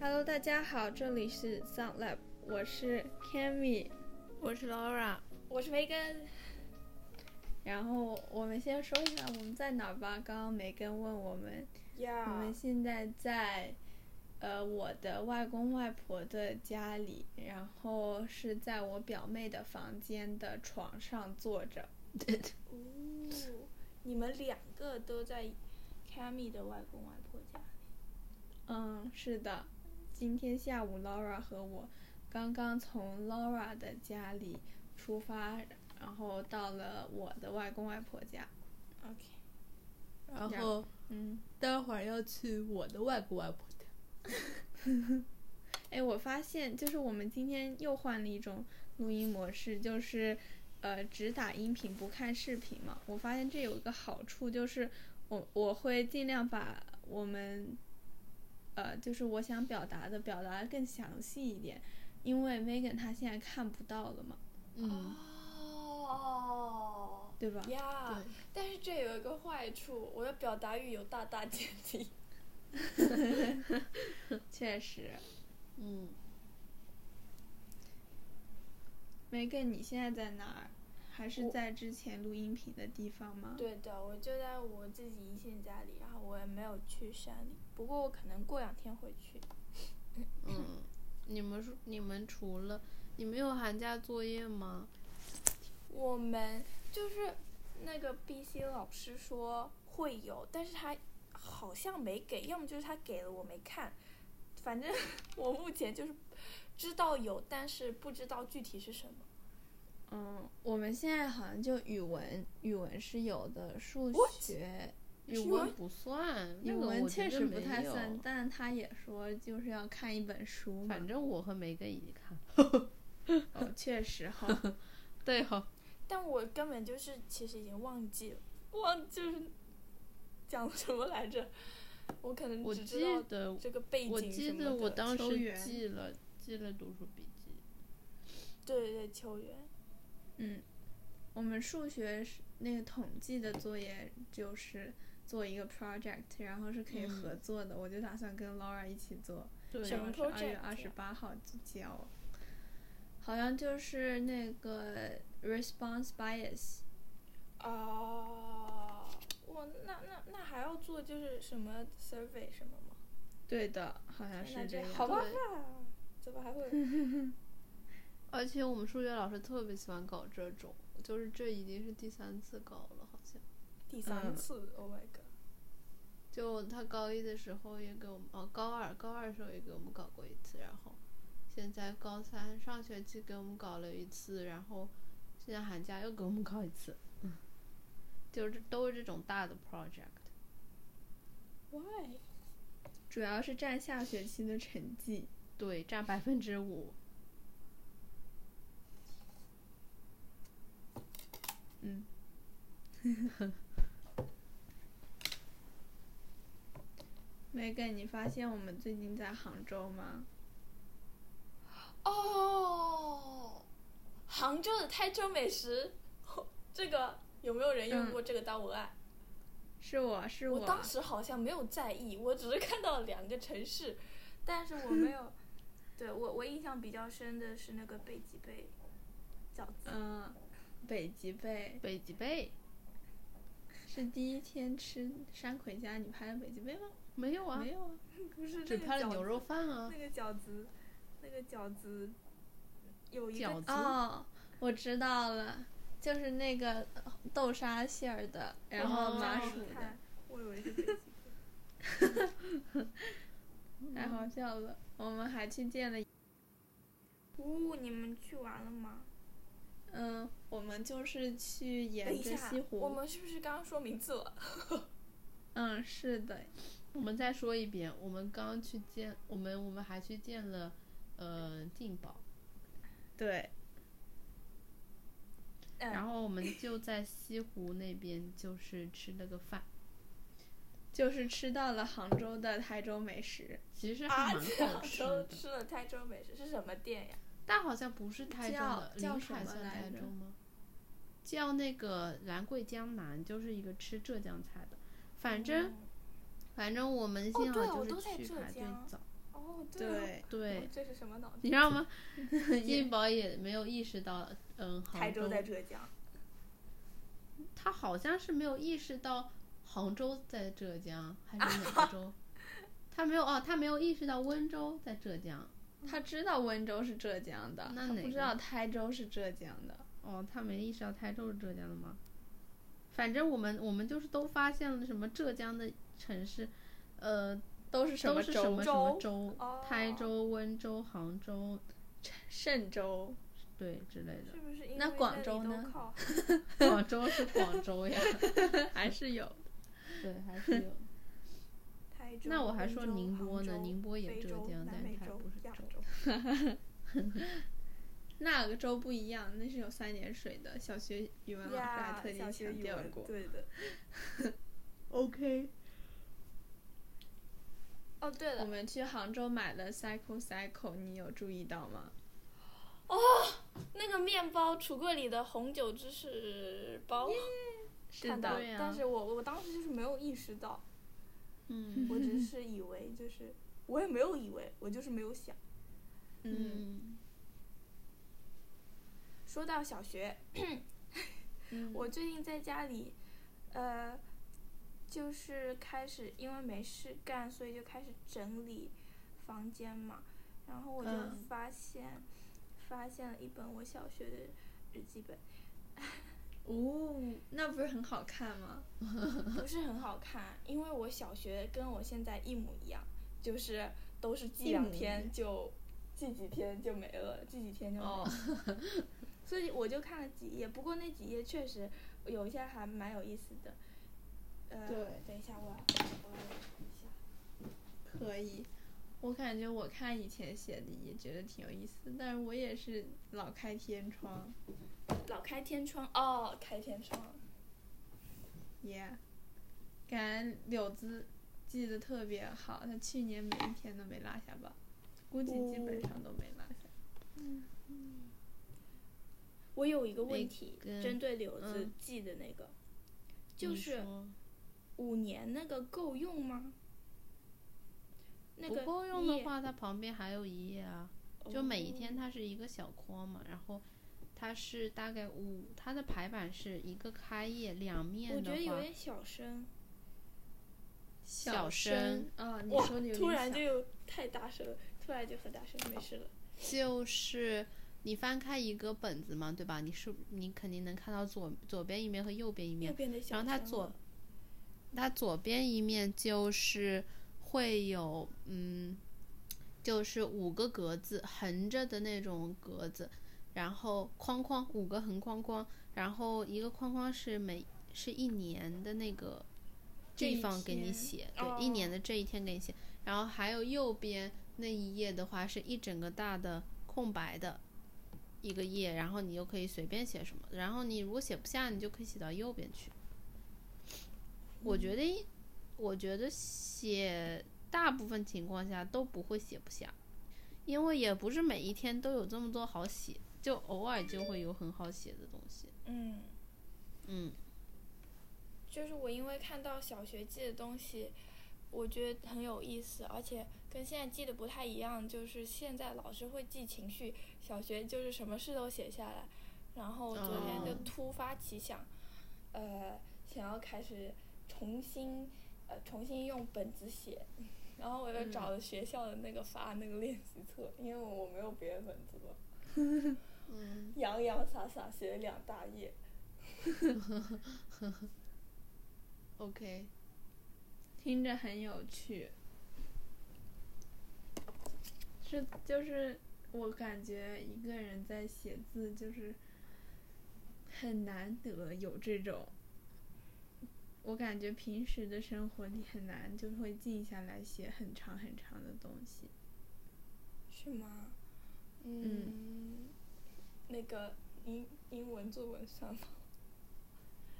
Hello，大家好，这里是 Sound Lab，我是 Cammy，我是 Laura，我是梅根。然后我们先说一下我们在哪儿吧。刚刚梅根问我们，呀我们现在在呃我的外公外婆的家里，然后是在我表妹的房间的床上坐着。哦，你们两个都在 Cammy 的外公外婆家。嗯，是的，今天下午 Laura 和我刚刚从 Laura 的家里出发，然后到了我的外公外婆家。 OK，然然后嗯，待会儿要去我的外公外婆家。哎，我发现就是我们今天又换了一种录音模式，就是呃只打音频不看视频嘛。我发现这有一个好处，就是我我会尽量把我们呃就是我想表达的表达得更详细一点，因为 Megan 她现在看不到了嘛，嗯，哦，对吧？呀，但是这有一个坏处，我的表达欲有大大减低。确实嗯， ，Megan 你现在在哪儿？还是我在之前录音频的地方吗？ 对的，我就在我自己一线家里，然后我也没有去山里，不过我可能过两天回去。嗯，你们说你们除了你们有寒假作业吗？我们就是那个 B C 老师说会有，但是他好像没给，要么就是他给了我没看，反正我目前就是知道有，但是不知道具体是什么。嗯，我们现在好像就语文，语文是有的，数 What？学，语语文文不算，语那个文我确觉得实不没太有算，但他也说就是要看一本书嘛反。正我和梅根已经看了。哦，确实哈， 对哈、但我根本就是其实已经忘记了，忘就是讲什么来着，我可能我只知记道得，这个背我景记什么得我的当球时员记了记了读书笔记。对对对球员，嗯，我们数学是那个统计的作业就是做一个 project，然后是可以嗯合作的，我就打算跟 Laura 一起做。对什然么后是二月 project 二呀十八号就交，好像就是那个 response bias，哦，我那那那还要做就是什么 survey 什么吗？对的，好像哎那啊是这这样。好麻对烦啊！怎么还会？而且我们数学老师特别喜欢搞这种，就是这已经是第三次搞了，好像。第嗯三次、o h my god！就他高一的时候也给我们，哦，高二高二的时候也给我们搞过一次，然后现在高三上学期给我们搞了一次，然后现在寒假又给我们搞一次，嗯就是都是这种大的 project。 Why？主要是占下学期的成绩。对，占百分之五。 嗯，梅根，你发现我们最近在杭州吗？哦，杭州的台州美食，这个有没有人用嗯啊过这个当文案？是我是我当时好像没有在意，我只是看到了两个城市，但是我没有。对我我印象比较深的是那个贝几贝饺子，嗯、北极贝北极贝是第一天吃山葵家，你拍的北极贝吗？没有啊没，有啊。嗯不是只那个拍了饺牛子肉饭啊。那个饺子，那个饺子有一饺个子哦，我知道了，就是那个豆沙馅儿的，然后哦麻这薯的，，我有一个北极贝。太好笑了。我们还去见了，呜、你们去玩了吗？嗯，我们就是去等沿一着下西，湖，我们是不是刚刚说名字了？嗯，是的，我们再说一遍，我们刚刚去见，我们我们还去见了，呃，静宝。对，嗯然后我们就在西湖那边，就是吃了个饭，就是吃到了杭州的台州美食，其实啊，还蛮好吃州的。吃了台州美食是什么店呀？但好像不是台州的，叫叫临海什算么来台着州吗？叫那个兰桂江南，就是一个吃浙江菜的。反正、嗯哦反正我们幸好对我就都在是去浙排队江早，哦，哦，啊对，哦对，这是什么脑你子？知道吗？金宝也没有意识到，嗯，台杭州州，在浙江，他好像是没有意识到杭州在浙江还是啊哪个 州，他没有哦，他没有意识到温州在浙江，他知道温州是浙江的，那他哪不知个道台州是浙江的。哦，他没意识到台州是浙江的吗？反正我们我们就是都发现了什么浙江的城市，呃，都是什都么是什州？么什么州，哦台州、温州、杭州，嵊州。对之类是 的。不是因为那广里州都呢靠广州是广 州呀，还是有。对，还是有。台州？那我还温说州宁杭波呢州宁波也非浙洲江南但美它洲不是亚州洲。那个州不一样，那是有三点水的。小学语文老师还呀，特地小学强语调文过。对的。 OK，哦，对我嗯了，们去杭州买了 Cycle Cycle，你有注意到吗？那个面包橱柜里的红酒芝士包是看到的了，对，呀但是我我当时就是没有意识到，嗯我只是以为就是我也没有以为，我就是没有想。嗯说到小学，嗯，我最近在家里，呃，就是开始因为没事干，所以就开始整理房间嘛。然后我就嗯发现，发现了一本我小学的日记 本，哦，那不是很好看吗？不是很好看，因为我小学跟我现在一模一样，就是都是记一两模一天样就记几天就没了，记几天就没了。哦，所以我就看了几页，不过那几页确实有一些还蛮有意思的。呃，对等一下我要我要一下。可以。我感觉我看以前写的也觉得挺有意思，但是我也是老开天窗老开天窗哦，开天窗， ，yeah。感恩柳子记得特别好，他去年每一天都没落下吧，估计基哦本上都没落下。我有一个问题，个针对柳子嗯记的那个，你就是说五年那个够用吗？那不个够用的页，话，它旁边还有一页啊。哦就每一天它是一个小框嘛，然后它是大概五，它的排版是一个开页两我面觉的得有话，点小声，小声啊，你哇说的有，突点然小就有太大声了，突然就很大声，没事了。就是你翻开一个本子嘛，对吧？你是你肯定能看到左左边一面和右边一右面，边的小然声后了，它左它左边一面就是会有嗯，就是五个格子横着的那种格子，然后框框五个横框框，然后一个框框是每是一年的那个这一地方给你天写，对，一年的这一天给你写，然后还有右边那一页的话是一整个大的空白的。一个页，然后你就可以随便写什么。然后你如果写不下，你就可以写到右边去。我觉得一，我觉得写大部分情况下都不会写不下，因为也不是每一天都有这么多好写，就偶尔就会有很好写的东西。嗯。嗯，就是我因为看到小学记的东西，我觉得很有意思，而且跟现在记的不太一样。就是现在老师会记情绪，小学就是什么事都写下来。然后我昨天就哦突发奇想，呃，想要开始重新呃重新用本子写，然后我又嗯找了学校的那个发那个练习册，因为我没有别的本子了，嗯，洋洋洒洒写了两大页。 OK，听着很有趣。是，就是我感觉一个人在写字，就是很难得有这种。我感觉平时的生活里很难就会静下来写很长很长的东西。是吗？嗯，那个英英文作文算吗？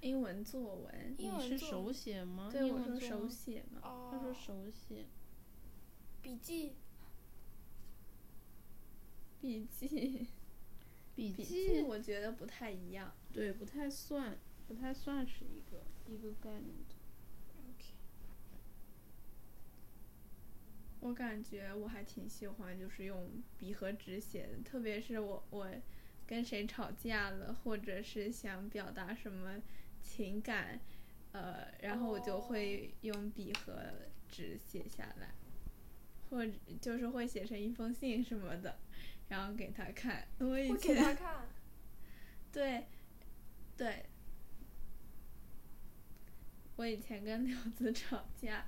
英文作文，英你文是作手文写吗？对英我文说作手吗，写嘛，他哦说手写，笔记笔记，笔笔记我觉得不太一样。对不太算，不太算是一个一个概念的。我感觉我还挺喜欢，就是用笔和纸写的，特别是我我跟谁吵架了，或者是想表达什么情感，呃，然后我就哦会用笔和纸写下来，或者就是会写成一封信什么的，然后给他看。我以会给前他看。对，对，我以前跟柳子吵架，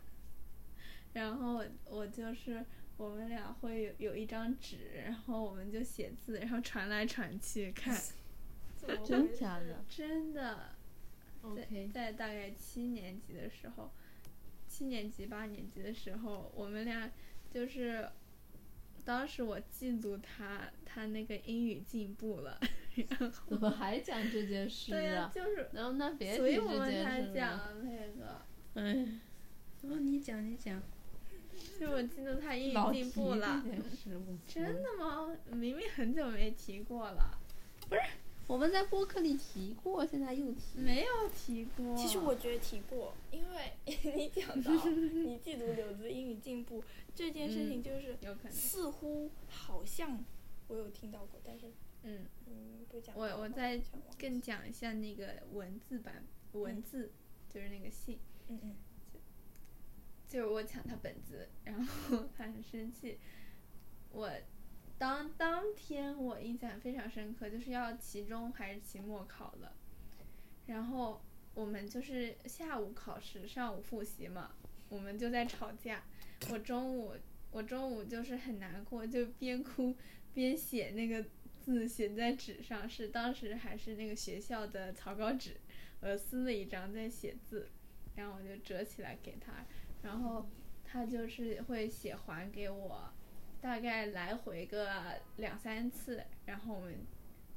然后我我就是我们俩会有有一张纸，然后我们就写字，然后传来传去看，怎么真回假事的真的，在 ？OK，在大概七年级的时候，七年级八年级的时候，我们俩就是。当时我嫉妒他，他那个英语进步了， 怎么还讲这件事对呀、啊？就是能不能别提所以我这们才件事讲了？那个，哎，然后你讲，你讲，是我记得他英老语进提步了这，嗯件事，我真的吗？明明很久没提过了，我们在播客里提过，现在又提。没有提过。其实我觉得提过，因为你讲到你嫉妒柳子英语进步这件事情，就是有可能，似乎好像我有听到过，但是嗯，嗯，不讲嗯我到我好再像忘更记讲一下那个文字版，嗯文字、就是那个信，嗯嗯就是我抢他本子，然后他很生气。我当当天我印象非常深刻，就是要期中还是期末考了，然后我们就是下午考试，上午复习嘛，我们就在吵架。我中午我中午就是很难过，就边哭边写那个字，写在纸上，是当时还是那个学校的草稿纸，我撕了一张在写字，然后我就折起来给他，然后他就是会写还给我，大概来回个两三次，然后我们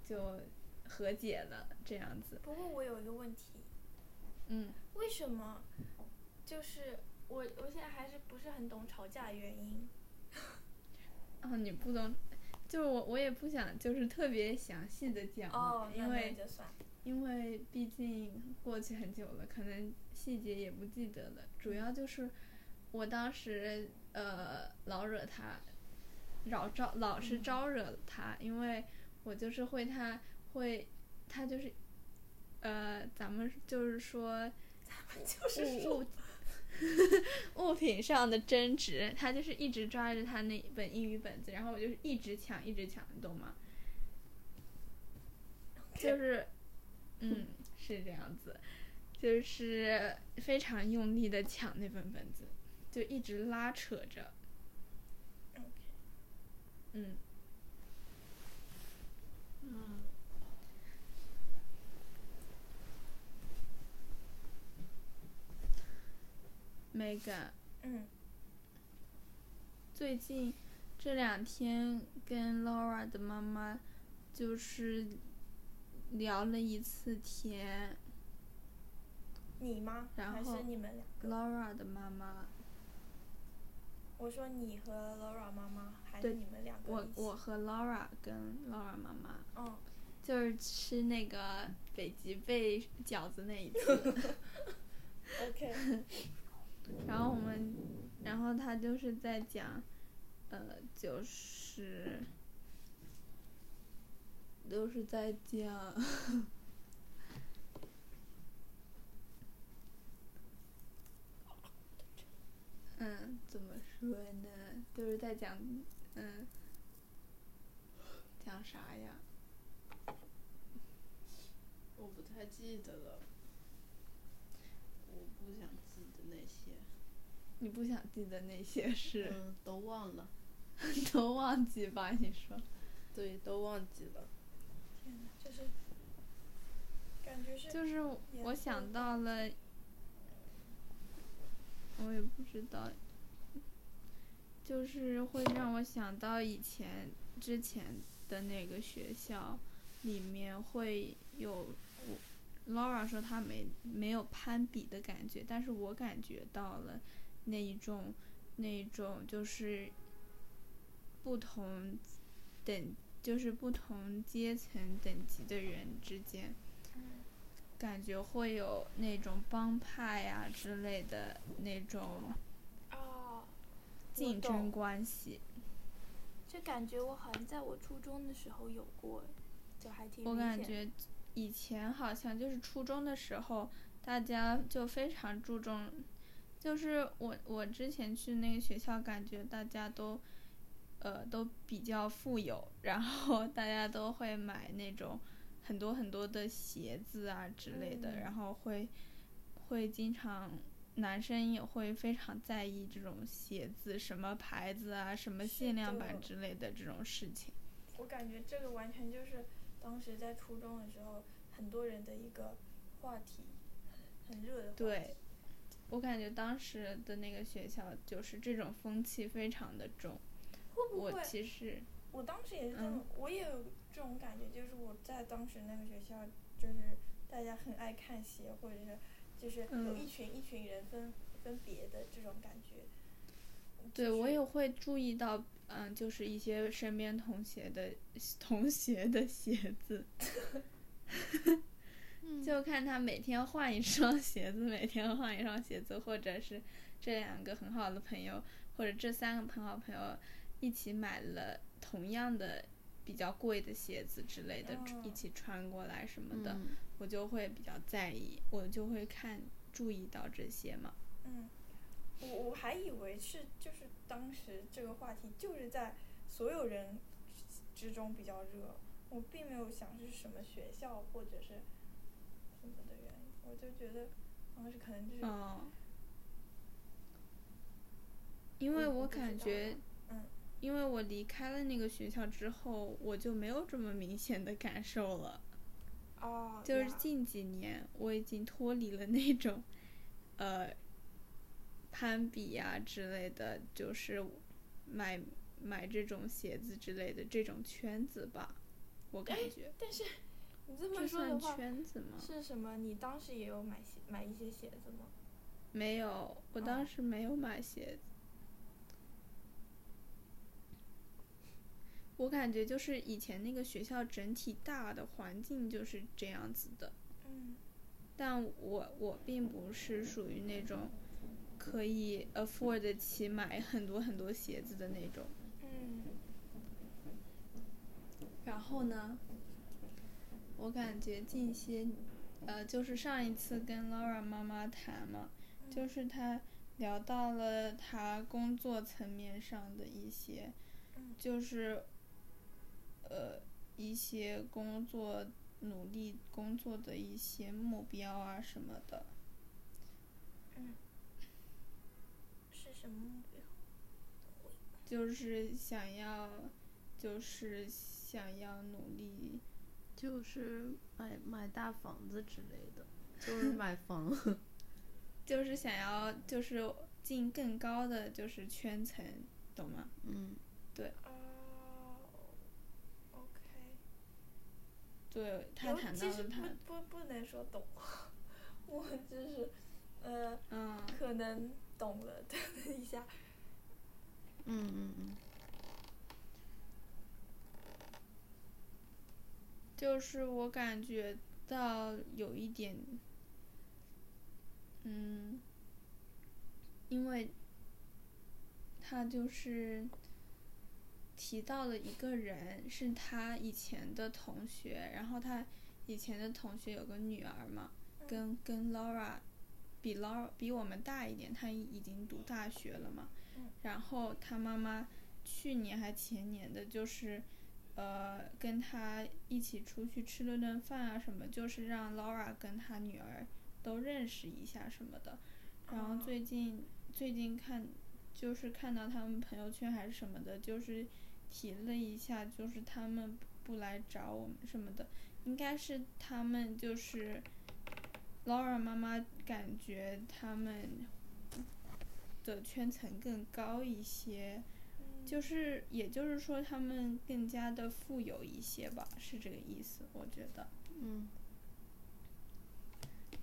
就和解了，这样子。不过我有一个问题，嗯，为什么？就是我我现在还是不是很懂吵架的原因。啊，你不懂，就是我我也不想就是特别详细的讲嘛，哦，那因那为就算了。因为毕竟过去很久了，可能细节也不记得了。主要就是我当时呃老惹他，老招老是嗯招惹了他，因为我就是会他会他就是呃咱们就是说就是物物物 品上的争执，他就是一直抓着他那本英语本子，然后我就是一直抢，一直抢，你懂吗？就是，嗯， 是这样子，就是非常用力的抢那本本子，就一直拉扯着， OK，嗯，嗯，没敢。嗯，最近这两天跟 Laura 的妈妈就是聊了一次天你吗？然还后是你们两个？ ，Laura 的妈妈，我说你和 Laura 妈妈，还对是你们两个我一起？我和 Laura 跟 Laura 妈妈嗯，就是吃那个北极贝饺子那一次， OK，然后我们，然后他就是在讲，呃，就是都是在讲。嗯，怎么说呢？就是在讲，嗯，讲啥呀？我不太记得了，我不想记得那些，你不想记得那些事，嗯，都忘了，都忘记吧？你说，对，都忘记了。天哪，就是感觉是就是也我会想的到了，我也不知道，就是会让我想到以前之前的那个学校里面会有我，Laura 说她没没有攀比的感觉，但是我感觉到了那一种那一种就是不同等就是不同阶层等级的人之间。感觉会有啊那种帮派呀、之类的那种啊，竞争关系。就感觉我好像在我初中的时候有过，就还挺我明感显觉以前好像就是初中的时候，大家就非常注重，就是我我之前去那个学校，感觉大家都，呃，都比较富有，然后大家都会买那种很多很多的鞋子啊之类的，嗯然后会会经常。男生也会非常在意这种鞋子，什么牌子啊，什么是限量的版之类的这种事情。我感觉这个完全就是当时在初中的时候很多人的一个话题，很热的话题。对，我感觉当时的那个学校就是这种风气非常的重。会不我会？其实我当时也是这嗯种，我也有这种感觉，就是我在当时那个学校，就是大家很爱看鞋，或者是就是有嗯一群一群人分分别的这种感觉。对就我是也会注意到，嗯，就是一些身边同学的同学的鞋子，嗯，就看他每天换一双鞋子，每天换一双鞋子，或者是这两个很好的朋友，或者这三个很好朋友一起买了同样的比较贵的鞋子之类的，一哦起穿过来什么的。嗯我就会比较在意，我就会看注意到这些嘛。嗯，我我还以为是就是当时这个话题就是在所有人之中比较热，我并没有想是什么学校或者是什么的原因，我就觉得当时可能就是嗯，因为嗯我不知感道觉，嗯，因为我离开了那个学校之后，我就没有这么明显的感受了。啊，就是呀近几年，我已经脱离了那种，呃，攀比呀、之类的，就是买买这种鞋子之类的这种圈子吧。我感觉，你这么这说的算话圈子吗？是什么？你当时也有买鞋买一些鞋子吗？没有，我哦当时没有买鞋子。我感觉就是以前那个学校整体大的环境就是这样子的，嗯但我我并不是属于那种可以 afford 得起买很多很多鞋子的那种。嗯，然后呢，我感觉近些，呃，就是上一次跟 Laura 妈妈谈嘛，就是她聊到了她工作层面上的一些，嗯就是，呃，一些工作努力工作的一些目标啊什么的。是什么目标？就是想要，就是想要努力，就是买买大房子之类的，就是买房。就是想要，就是进更高的就是圈层，懂吗？嗯，啊，OK。对他有谈到其实了不他，不不能说懂， 我就是呃嗯，可能懂了， 但是一下嗯嗯嗯，就是我感觉到有一点，嗯，因为他就是提到了一个人，是他以前的同学，然后他以前的同学有个女儿嘛，嗯跟跟 Laura 比 Laura 比我们大一点，她已经读大学了嘛嗯，然后他妈妈去年还前年的就是。呃，跟他一起出去吃了顿饭啊什么，就是让 Laura 跟他女儿都认识一下什么的。然后哦最近最近看，就是看到他们朋友圈还是什么的，就是提了一下，就是他们不来找我们什么的，应该是他们就是 Laura 妈妈感觉他们的圈层更高一些。嗯就是，也就是说，他们更加的富有一些吧，是这个意思，我觉得。嗯，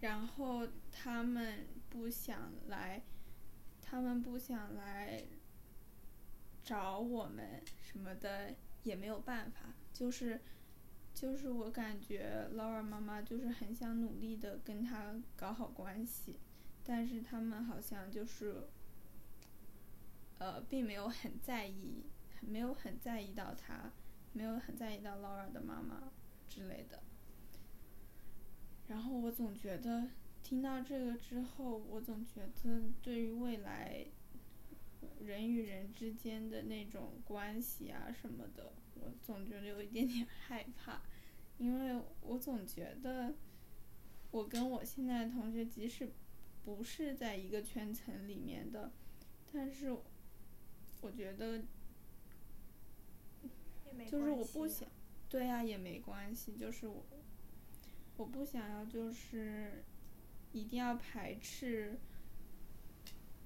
然后他们不想来，他们不想来找我们什么的，也没有办法。就是，就是我感觉 Laura 妈妈就是很想努力的跟他搞好关系，但是他们好像就是，呃，呃，并没有很在意，没有很在意到他，没有很在意到 Laura 的妈妈之类的。然后我总觉得听到这个之后，我总觉得对于未来人与人之间的那种关系啊什么的，我总觉得有一点点害怕，因为我总觉得我跟我现在的同学，即使不是在一个圈层里面的，但是我觉得也没就是我关系不想，对呀、也没关系，就是我我不想要就是一定要排斥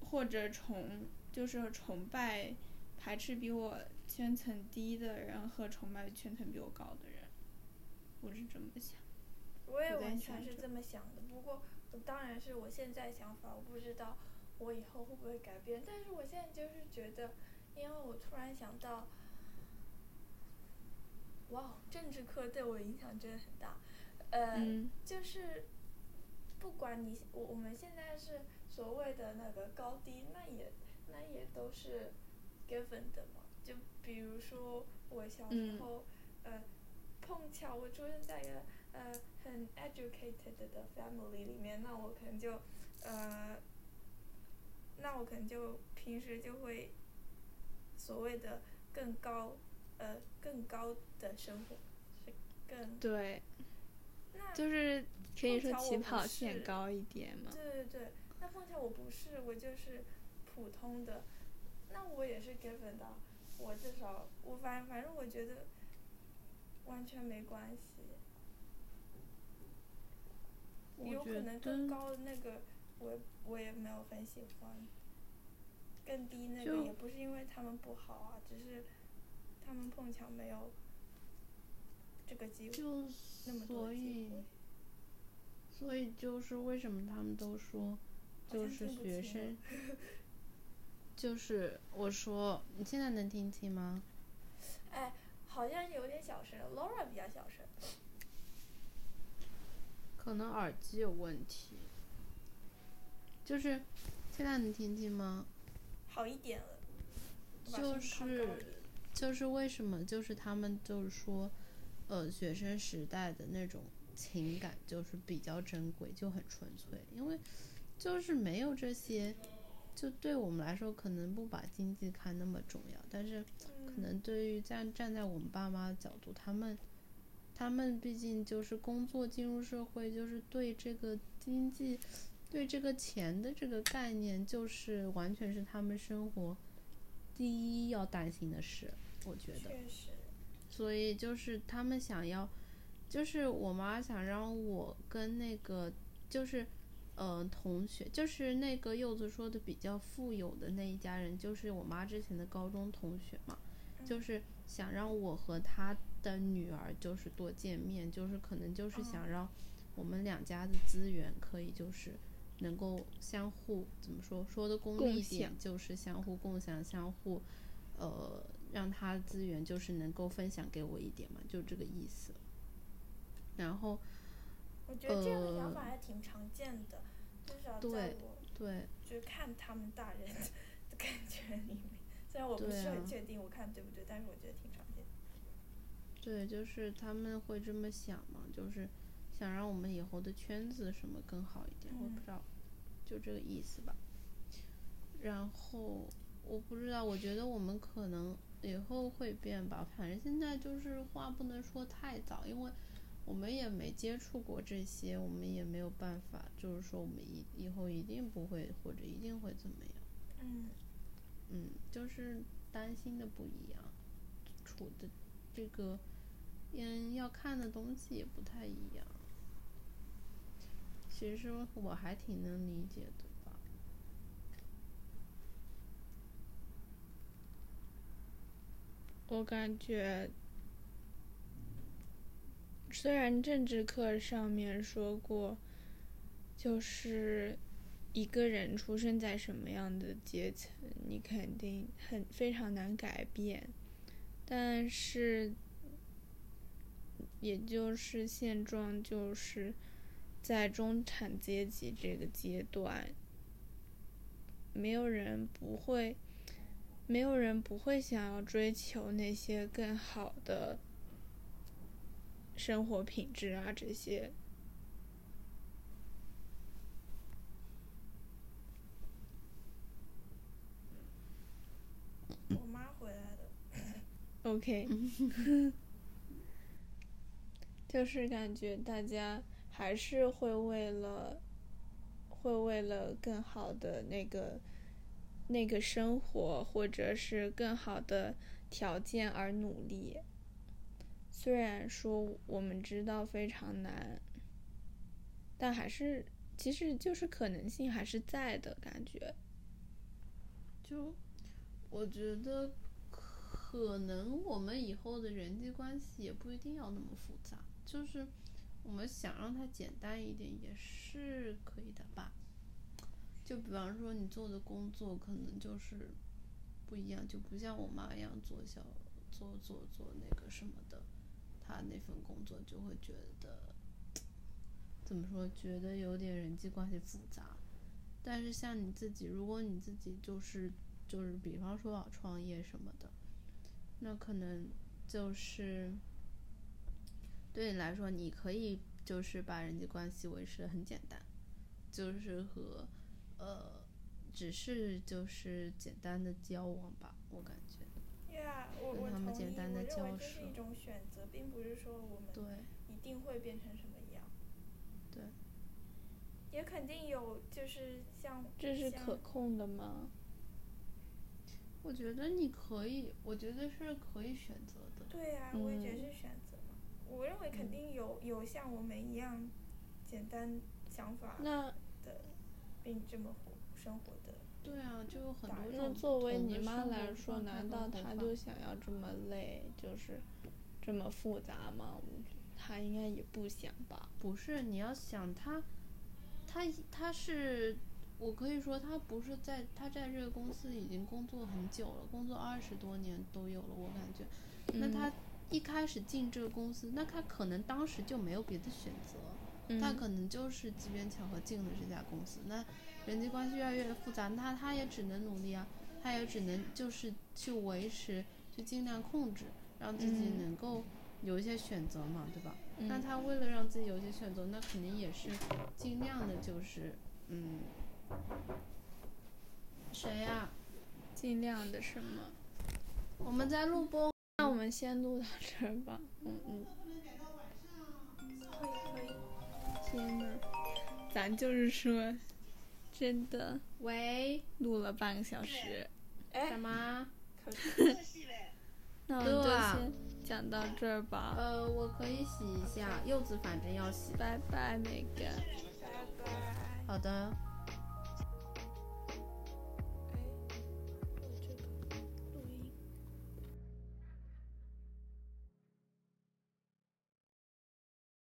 或者崇就是崇拜排斥比我圈层低的人和崇拜圈层比我高的人，我是这么想。我也我在完想全是着这么想的，不过我当然是我现在想法，我不知道我以后会不会改变。但是我现在就是觉得，因为我突然想到，哇，政治课对我影响真的很大。呃，嗯就是不管你我我们现在是所谓的那个高低，那也那也都是 given 的嘛。就比如说我小时嗯候，呃，碰巧我出生在一个呃很 educated 的 family 里面，那我可能就呃，那我可能就平时就会所谓的更高呃更高的生活是更对，那就是可以说碰巧起我不跑线是高一点嘛。对对对，那碰巧我不是，我就是普通的，那我也是 given 的，我至少我反反正我觉得完全没关系，我有可觉能更得高的那个我我也没有很喜欢，更低那个就也不是因为他们不好啊，只是他们碰巧没有这个机会。就那么多所的机以会，所以就是为什么他们都说，好就像是听不清学了 生，就是我说你现在能听清吗？哎，好像有点小声，Laura 比较小声。可能耳机有问题，就是现在能听清吗？好一点了。我把就声音调高一是点就是为什么就是他们就是说，呃，学生时代的那种情感就是比较珍贵，就很纯粹，因为就是没有这些，就对我们来说可能不把经济看那么重要，但是嗯可能对于站站在我们爸妈的角度，他们他们毕竟就是工作进入社会，就是对这个经济。对这个钱的这个概念，就是完全是他们生活第一要担心的事，我觉得。确实，所以就是他们想要，就是我妈想让我跟那个就是，呃，同学，就是那个柚子说的比较富有的那一家人，就是我妈之前的高中同学嘛，嗯就是想让我和她的女儿就是多见面，就是可能哦就是想让我们两家的资源可以就是。能够相互怎么说说的功共利一享点，就是相互共享、相互呃，让他资源就是能够分享给我一点嘛，就这个意思。然后我觉得这样的想呃法还挺常见的，至少在对我对就是看他们大人的感觉里面。虽然我不对是很啊确定我看对不对，但是我觉得挺常见的。对，就是他们会这么想嘛，就是想让我们以后的圈子什么更好一点，我不嗯知道，就这个意思吧。然后我不知道，我觉得我们可能以后会变吧，反正现在就是话不能说太早，因为我们也没接触过这些，我们也没有办法，就是说我们以以后一定不会或者一定会怎么样。嗯，嗯，就是担心的不一样，处的这个嗯要看的东西也不太一样。其实我还挺能理解的吧，我感觉，虽然政治课上面说过，就是一个人出生在什么样的阶层，你肯定很非常难改变，但是，也就是现状就是在中产阶级这个阶段，没有人不会没有人不会想要追求那些更好的生活品质啊，这些。嗯我妈回来了。 OK，就是感觉大家还是会为了，会为了更好的那个那个生活，或者是更好的条件而努力。虽然说我们知道非常难，但还是其实就是可能性还是在的感觉。就我觉得，可能我们以后的人际关系也不一定要那么复杂，就是我们想让它简单一点也是可以的吧。就比方说你做的工作可能就是不一样，就不像我妈一样做小做做做那个什么的，她那份工作就会觉得怎么说，觉得有点人际关系复杂。但是像你自己，如果你自己就是就是比方说啊创业什么的，那可能就是对你来说，你可以就是把人际关系维持的很简单，就是和呃，只是就是简单的交往吧，我感觉。呀、我跟我他同们意，简单地我认为这交是手一种选择，并不是说我们对，一定会变成什么样。对。也肯定有，就是像这是像可控的吗？我觉得你可以，我觉得是可以选择的。对呀、我也觉得嗯是选择嘛。我认为肯定有有像我们一样简单想法那的，并这么活生活的。对啊，就有很打多那种作为不同的你妈生活来说，状态难和道活她法就想要这么累，就是这么复杂吗？我觉得她应该也不想吧。不是，你要想他，他他是，我可以说他不是在他在这个公司已经工作很久了，工作二十多年都有了，我感觉。那嗯他一开始进这个公司，那他可能当时就没有别的选择，他嗯可能就是机缘巧合进了这家公司。那人际关系越来越复杂，那他也只能努力啊，他也只能就是去维持，去尽量控制，让自己嗯能够有一些选择嘛，对吧？那嗯他为了让自己有一些选择，那肯定也是尽量的，就是嗯，谁呀、尽量的什么？我们在录播，那我们先录到这儿吧。嗯嗯，可以可以。天呐，咱就是说，真的喂，录了半个小时，干哎，嘛？可是那我们就对啊先讲到这儿吧。呃，我可以洗一下，柚子反正要洗。拜拜，每个。拜拜。好的。